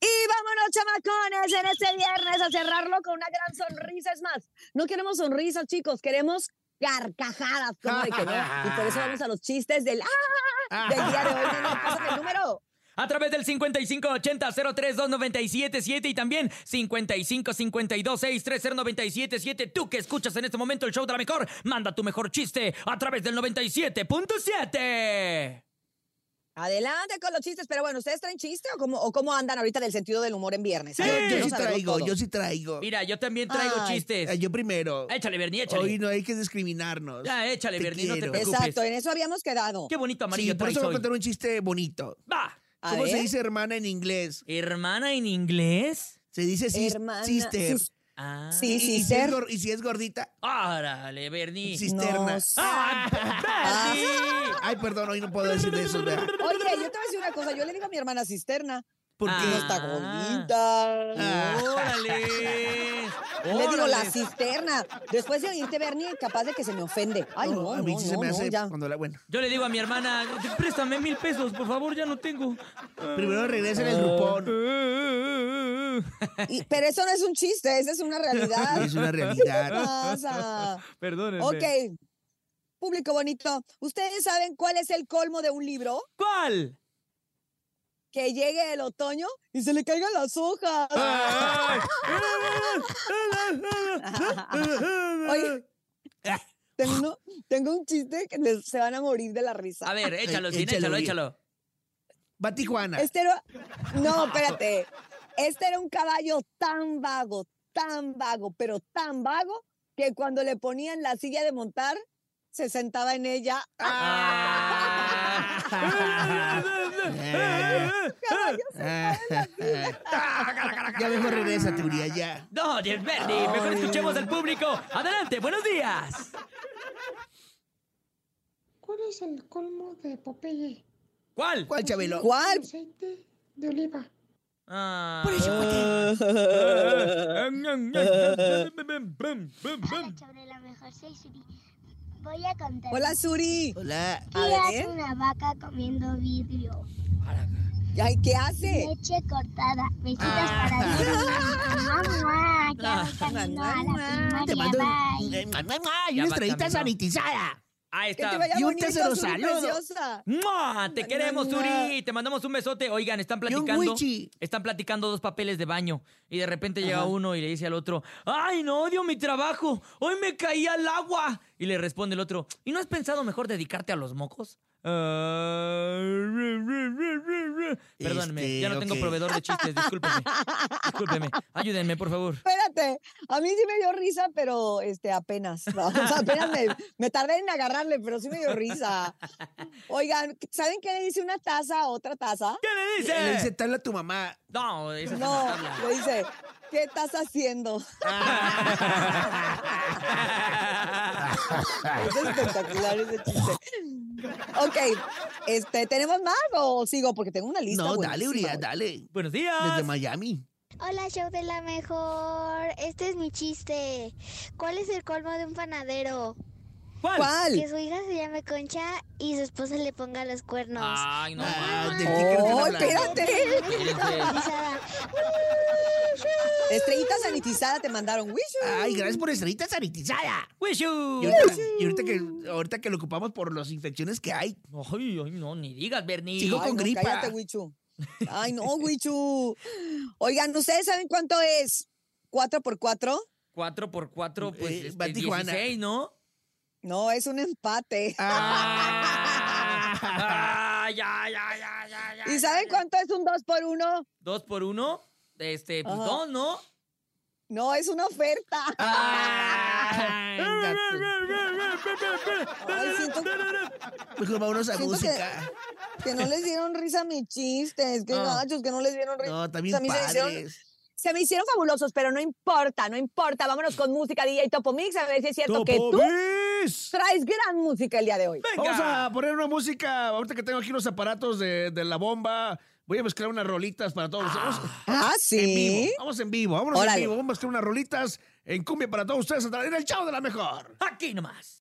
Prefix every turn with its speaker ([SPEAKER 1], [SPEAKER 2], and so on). [SPEAKER 1] Y vámonos, chamacones, en este viernes a cerrarlo con una gran sonrisa. Es más, no queremos sonrisas, chicos, queremos carcajadas. ¿Cómo de que no? Y por eso vamos a los chistes del, ¡ah! del día de hoy. No, no, pásame el número.
[SPEAKER 2] A través del 5580-032977 y también 5552-63097-7. Tú que escuchas en este momento el show de la mejor, manda tu mejor chiste a través del 97.7.
[SPEAKER 1] Adelante con los chistes, pero bueno, ¿ustedes traen chiste o cómo, o cómo andan ahorita del sentido del humor en viernes? A
[SPEAKER 2] Sí.
[SPEAKER 1] ver,
[SPEAKER 2] Yo
[SPEAKER 1] quiero
[SPEAKER 2] sí
[SPEAKER 1] saberlo todo.
[SPEAKER 3] traigo, yo sí traigo.
[SPEAKER 2] Mira, yo también traigo
[SPEAKER 1] Ay.
[SPEAKER 3] Eh,
[SPEAKER 2] chistes.
[SPEAKER 3] Yo primero.
[SPEAKER 2] Échale, Bernie,
[SPEAKER 3] Hoy
[SPEAKER 2] échale.
[SPEAKER 3] no hay que discriminarnos.
[SPEAKER 2] Ya, échale,
[SPEAKER 3] Te
[SPEAKER 2] Bernie, no te
[SPEAKER 3] quiero.
[SPEAKER 2] preocupes.
[SPEAKER 1] Exacto, en eso habíamos quedado.
[SPEAKER 2] Qué bonito amarillo
[SPEAKER 3] sí, por
[SPEAKER 2] traes
[SPEAKER 3] eso voy a
[SPEAKER 2] hoy.
[SPEAKER 3] contar un chiste bonito.
[SPEAKER 2] Va.
[SPEAKER 1] A
[SPEAKER 3] ¿Cómo se
[SPEAKER 1] ver.
[SPEAKER 3] dice hermana en inglés?
[SPEAKER 2] ¿Hermana en inglés?
[SPEAKER 3] Se dice sis-
[SPEAKER 1] Hermana,
[SPEAKER 3] sister.
[SPEAKER 1] sis-
[SPEAKER 2] Ah.
[SPEAKER 1] Sí,
[SPEAKER 3] Y- y,
[SPEAKER 1] sí,
[SPEAKER 3] si es
[SPEAKER 1] ser.
[SPEAKER 3] gor- y si es gordita,
[SPEAKER 2] Árale, Bernie.
[SPEAKER 3] Sí. cisterna.
[SPEAKER 1] sé.
[SPEAKER 2] ¡Ah, Bernie!
[SPEAKER 3] Ay, perdón, hoy no puedo decir de eso, ¿verdad?
[SPEAKER 1] Oye, yo te voy a decir una cosa. Yo le digo a mi hermana cisterna.
[SPEAKER 3] Porque
[SPEAKER 1] No
[SPEAKER 2] Ah.
[SPEAKER 1] está gordita.
[SPEAKER 2] ¡Órale!
[SPEAKER 1] Ah, Le digo la
[SPEAKER 2] ¡Órale!
[SPEAKER 1] cisterna. Después de oírte, Bernie, capaz de que se me ofende. Ay, no,
[SPEAKER 3] a mí
[SPEAKER 1] no,
[SPEAKER 3] sí
[SPEAKER 1] no,
[SPEAKER 3] se me
[SPEAKER 1] no,
[SPEAKER 3] hace
[SPEAKER 1] ya.
[SPEAKER 3] cuando la bueno.
[SPEAKER 2] Yo le digo a mi hermana, préstame mil pesos, por favor, ya no tengo.
[SPEAKER 3] Primero regresen
[SPEAKER 1] Ah.
[SPEAKER 3] el grupón.
[SPEAKER 1] Y- pero eso no es un chiste, esa es una realidad.
[SPEAKER 3] Es una
[SPEAKER 1] ¿Qué
[SPEAKER 3] realidad.
[SPEAKER 1] pasa?
[SPEAKER 2] Perdónenme.
[SPEAKER 1] Ok. Público bonito, ¿ustedes saben cuál es el colmo de un libro?
[SPEAKER 2] ¿Cuál?
[SPEAKER 1] Que llegue el otoño y se le caigan las hojas.
[SPEAKER 3] Ah.
[SPEAKER 1] Oye, tengo, uno- tengo un chiste que les- se van a morir de la risa.
[SPEAKER 2] A ver, échalo,
[SPEAKER 3] Eh,
[SPEAKER 2] sin échalo,
[SPEAKER 3] échalo,
[SPEAKER 2] échalo.
[SPEAKER 3] Va Tijuana.
[SPEAKER 1] Este era. No, espérate. Este era un caballo tan vago, tan vago, pero tan vago que cuando le ponían la silla de montar, se sentaba en ella.
[SPEAKER 2] Ah.
[SPEAKER 3] Ah. Eh, ah, ya mejor regresa, Turia, ya.
[SPEAKER 2] No, Jeff Bernie, mejor escuchemos al público. Adelante, buenos días.
[SPEAKER 4] ¿Cuál es el colmo de Popeye?
[SPEAKER 2] ¿Cuál?
[SPEAKER 3] ¿Cuál, Chabelo?
[SPEAKER 1] ¿Cuál?
[SPEAKER 4] Aceite de oliva.
[SPEAKER 2] Ah.
[SPEAKER 5] Hola, sobre la mejor soy Suri. Voy a contar.
[SPEAKER 1] Hola, Suri.
[SPEAKER 3] Hola.
[SPEAKER 1] a
[SPEAKER 5] ¿Qué hace
[SPEAKER 1] ver.
[SPEAKER 5] una vaca comiendo vidrio?
[SPEAKER 1] Ay, ¿qué hace?
[SPEAKER 5] Leche cortada, besitos
[SPEAKER 3] Ah.
[SPEAKER 5] para ti. Mamá, ya voy camino a la
[SPEAKER 3] Te
[SPEAKER 5] primaria,
[SPEAKER 3] mando
[SPEAKER 5] bye.
[SPEAKER 1] eh,
[SPEAKER 3] y
[SPEAKER 2] Ya va
[SPEAKER 3] una estrellita
[SPEAKER 2] camino.
[SPEAKER 3] sanitizada.
[SPEAKER 2] Ahí
[SPEAKER 1] Que te
[SPEAKER 2] está.
[SPEAKER 1] vaya
[SPEAKER 3] Y un
[SPEAKER 1] bonito,
[SPEAKER 3] tercero
[SPEAKER 1] Suri
[SPEAKER 3] saludo.
[SPEAKER 1] preciosa.
[SPEAKER 2] ¡Mua! Te
[SPEAKER 1] Mua,
[SPEAKER 2] queremos,
[SPEAKER 1] mua,
[SPEAKER 2] Uri. Te mandamos un besote. Oigan, están
[SPEAKER 3] Y un
[SPEAKER 2] platicando.
[SPEAKER 3] wichi.
[SPEAKER 2] Están platicando dos papeles de baño. Y de repente llega
[SPEAKER 1] Ajá.
[SPEAKER 2] uno y le dice al otro: ¡Ay, no odio mi trabajo! ¡Hoy me caí al agua! Y le responde el otro: ¿Y no has pensado mejor dedicarte a los mocos? Ah, re, re, re, re, re. Perdónenme,
[SPEAKER 3] Este,
[SPEAKER 2] ya no tengo
[SPEAKER 3] ok.
[SPEAKER 2] proveedor de chistes. Discúlpeme. Discúlpeme. Ayúdenme, por favor.
[SPEAKER 1] Espérate, a mí sí me dio risa, pero este, apenas. ¿no? O sea, apenas me, me tardé en agarrarle, pero sí me dio risa. Oigan, ¿saben qué le dice una taza a otra taza?
[SPEAKER 2] ¿Qué le dice?
[SPEAKER 3] Le dice tal a tu mamá.
[SPEAKER 2] No, esa es una
[SPEAKER 1] No,
[SPEAKER 2] tabla.
[SPEAKER 1] le dice, ¿qué estás haciendo?
[SPEAKER 3] Ah.
[SPEAKER 1] Es espectacular ese chiste. Ok, este, ¿tenemos más o sigo? Porque tengo una lista.
[SPEAKER 3] No, dale,
[SPEAKER 1] buenísima, Ah,
[SPEAKER 3] Uriah,
[SPEAKER 1] güey.
[SPEAKER 3] dale.
[SPEAKER 2] Buenos días.
[SPEAKER 3] Desde Miami.
[SPEAKER 6] Hola, show de la mejor. Este es mi chiste. ¿Cuál es el colmo de un panadero?
[SPEAKER 2] ¿Cuál?
[SPEAKER 1] ¿Cuál?
[SPEAKER 6] Que su hija se llame Concha y su esposa le ponga los cuernos.
[SPEAKER 2] Ay, no.
[SPEAKER 3] Ah,
[SPEAKER 2] manches.
[SPEAKER 3] ¿de qué quieres
[SPEAKER 1] Oh,
[SPEAKER 3] hablar?
[SPEAKER 1] espérate.
[SPEAKER 6] Organizada.
[SPEAKER 1] Estrellita sanitizada te mandaron. Wishu.
[SPEAKER 3] Ay, gracias por estrellita sanitizada.
[SPEAKER 2] Wish you.
[SPEAKER 3] Y ahorita, y ahorita que, ahorita que lo ocupamos por las infecciones que hay.
[SPEAKER 2] Ay, ay, no, ni digas, Bernie.
[SPEAKER 3] Sigo
[SPEAKER 1] Ay,
[SPEAKER 3] con
[SPEAKER 1] no,
[SPEAKER 3] gripa.
[SPEAKER 1] Cállate, Huichu. Ay, no, Huichu. Oigan, ¿ustedes saben cuánto es? ¿Cuatro por cuatro?
[SPEAKER 2] Cuatro por cuatro, pues,
[SPEAKER 3] Eh,
[SPEAKER 2] este,
[SPEAKER 3] va Tijuana.
[SPEAKER 2] 16, ¿no?
[SPEAKER 1] No, es un empate.
[SPEAKER 2] Ah, ya, ya, ya, ya, ya.
[SPEAKER 1] ¿Y saben cuánto es un dos por uno?
[SPEAKER 2] Dos por uno. Este, pues
[SPEAKER 1] Ajá.
[SPEAKER 2] dos, ¿no?
[SPEAKER 1] No, es una oferta.
[SPEAKER 3] Ay, gato.
[SPEAKER 1] Ay, siento
[SPEAKER 3] Mejor pues, vámonos a
[SPEAKER 1] Siento que-
[SPEAKER 3] música.
[SPEAKER 1] que no les dieron risa a mis chistes. Qué
[SPEAKER 2] No.
[SPEAKER 1] gachos, que no les dieron risa.
[SPEAKER 3] No, también
[SPEAKER 1] O sea, a mí se me hicieron-
[SPEAKER 3] padres.
[SPEAKER 1] Se me hicieron fabulosos, pero no importa, no importa. Vámonos con música DJ Topo Mix a ver si es cierto que tú
[SPEAKER 3] ¡Topis!
[SPEAKER 1] traes gran música el día de hoy.
[SPEAKER 3] Vamos a poner una música. Ahorita que tengo aquí los aparatos de, de la bomba, voy a mezclar unas rolitas para todos. Vamos
[SPEAKER 1] Ah,
[SPEAKER 3] en vivo.
[SPEAKER 1] sí.
[SPEAKER 3] Vamos en vivo. Vámonos
[SPEAKER 1] Órale.
[SPEAKER 3] en vivo. Vamos a mezclar unas rolitas en cumbia para todos ustedes. En el chavo de la mejor.
[SPEAKER 2] Aquí nomás.